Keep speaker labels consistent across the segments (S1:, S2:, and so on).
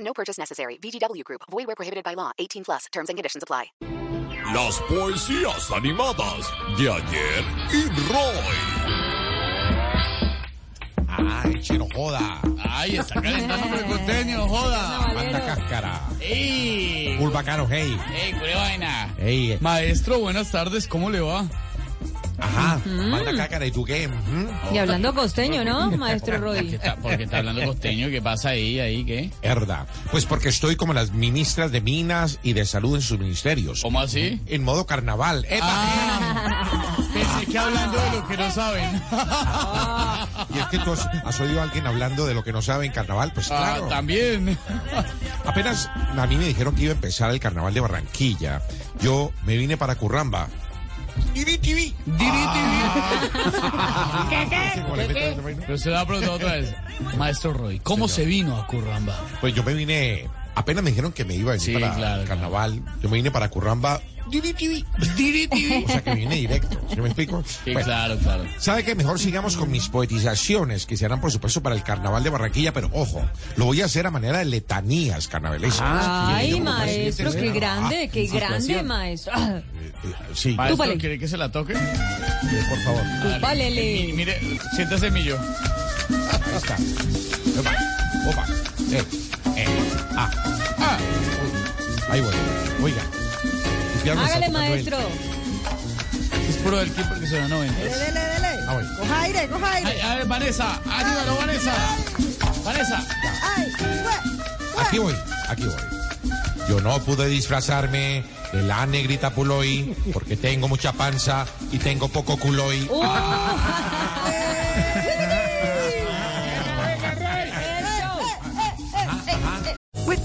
S1: No purchase necessary. VGW Group. Void where prohibited by law. 18 plus. Terms and conditions apply.
S2: Las poesías animadas de ayer y Roy.
S3: Ay, chino, joda. Eh,
S4: Ay, está calentando
S3: Hombre
S4: hombre
S3: costeño, joda. Manda cáscara.
S4: ¡Ey!
S3: Urbacano, hey.
S4: ¡Ey, culo de vaina!
S3: Hey.
S4: Maestro, buenas tardes, ¿cómo le va? Mm.
S3: Ajá. Manda cáscara y tu qué. Ujú.
S5: Y hablando costeño, ¿no, maestro
S4: ¿Qué
S5: Roy?
S4: está, ¿Por qué está hablando costeño? ¿Qué pasa ahí, ahí, qué?
S3: Herda. Pues porque estoy como las ministras de Minas y de Salud en sus ministerios.
S4: ¿Cómo así?
S3: En modo carnaval.
S4: Ah.
S3: ¡Epa!
S4: Pensé que hablando de lo que no saben.
S3: Y es que tú has, has oído a alguien hablando de lo que no sabe en carnaval. Pues
S4: Ah,
S3: claro.
S4: también.
S3: Apenas a mí me dijeron que iba a empezar el carnaval de Barranquilla. Yo me vine para Curramba. Diri, diri. Como le meto ese vaina.
S4: Ah. Pero se lo ha preguntado otra vez. Maestro Roy, ¿cómo se vino a Curramba?
S3: Pues yo me vine, apenas me dijeron que me iba a venir
S4: Sí,
S3: para
S4: claro,
S3: el carnaval, yo me vine para Curramba, diri, diri, diri, diri. o sea que vine directo, ¿sí me explico?
S4: Sí,
S3: Bueno,
S4: claro, claro.
S3: ¿Sabe que mejor sigamos con mis poetizaciones que se harán por supuesto para el carnaval de Barranquilla? Pero ojo, lo voy a hacer a manera de letanías carnavalescas.
S4: Ah.
S5: Ay,
S3: Sí, yo como presidente
S5: maestro, qué
S3: del Senado.
S5: grande,
S3: Ah,
S5: qué grande,
S3: situación.
S5: maestro.
S3: Eh, eh, Sí,
S4: Maestro,
S5: Túpale.
S4: ¿quiere que se la toque?
S3: por favor.
S4: Mi-
S5: Pálele.
S4: Mire, siéntese, Millo.
S3: Ahí está. Opa, opa. Eh, eh, ah, ah. Ahí voy. Oiga. el piano está
S5: Hágale,
S3: tocando él.
S5: maestro.
S4: Es puro del tiempo que se da 90.
S6: Dele, dele, dele.
S3: Ah, bueno.
S6: Coja aire, coja aire.
S4: Ay, a ver, Vanessa, ayúdalo, Vanessa. Vanessa.
S6: Ay, fue, fue.
S3: Aquí voy, aquí voy. Yo no pude disfrazarme de la negrita Puloy porque tengo mucha panza y tengo poco culoy.
S7: With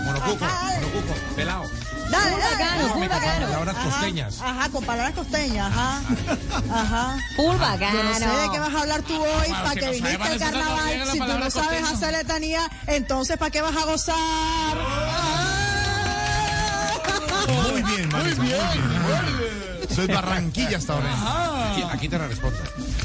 S3: Monocuco, monocuco, pelado.
S6: Dale, dale.
S5: Urbacano, urbacano.
S3: Palabras costeñas.
S6: Ajá, con palabras costeñas, ajá. Yo no sé de qué
S5: Urbacano.
S6: vas a hablar tú hoy
S4: Claro,
S6: para
S4: si
S6: que
S4: no sabe
S6: viniste al
S4: Vanessa, no tiene
S6: carnaval.
S4: la
S6: Si tú
S4: palabra
S6: no sabes
S4: costeño.
S6: hacer letanía, entonces ¿para qué vas a gozar? Ay.
S3: Muy bien, Vanessa, muy bien. Soy Barranquilla hasta ahora. Aquí, aquí te la respondo.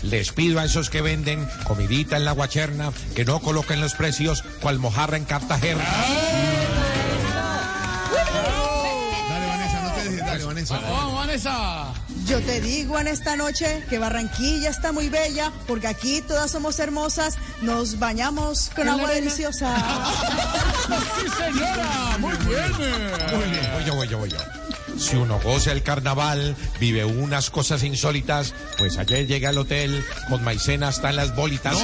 S3: Les pido a esos que venden comidita en la guacherna que no coloquen los precios cual mojarra en Cartagena. Dale, Vanessa, no te des, dale, Vanessa.
S4: Vamos, Vanessa.
S6: Yo te digo en esta noche que Barranquilla está muy bella porque aquí todas somos hermosas, nos bañamos con agua deliciosa.
S4: Sí, señora. Muy bien.
S3: Muy bien, voy yo, voy yo, voy yo. Si uno goza el carnaval, vive unas cosas insólitas, pues ayer llegué al hotel con maicena hasta en las bolitas.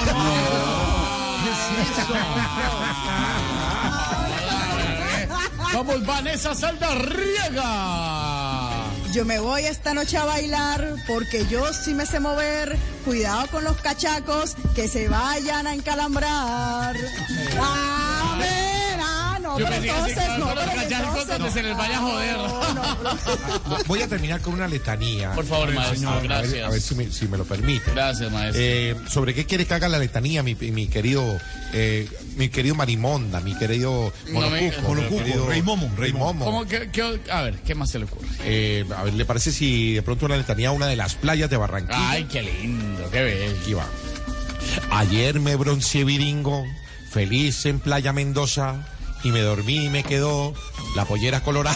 S4: Vamos, Vanessa Saldarriega.
S6: Yo me voy esta noche a bailar porque yo sí me sé mover. Cuidado con los cachacos que se vayan a encalambrar. Amén. Ah, no,
S4: Yo
S6: pero
S4: pensé que
S6: entonces
S4: sí,
S6: no.
S4: claro,
S6: pero
S4: los cachacos
S6: entonces
S4: donde
S6: no.
S4: se les vaya a joder.
S6: No, no, no.
S3: Voy a terminar con una letanía.
S4: Por favor, maestro,
S3: Señor, a ver,
S4: gracias.
S3: a ver si, me, si me lo permite.
S4: Gracias, maestro.
S3: Eh, ¿Sobre qué quiere que haga la letanía, mi, mi querido eh, mi querido Marimonda, mi querido
S4: No me-
S3: Monocuco?
S4: Monocuco,
S3: Rey Momo. Rey Momo.
S4: ¿Cómo que, que- a ver, ¿qué más se le ocurre?
S3: Eh, a ver, ¿le parece si de pronto una letanía a una de las playas de Barranquilla?
S4: Ay, qué lindo, qué bello.
S3: Aquí va. Ayer me bronceé viringo, feliz en Playa Mendoza, y me dormí y me quedó La pollera colorada.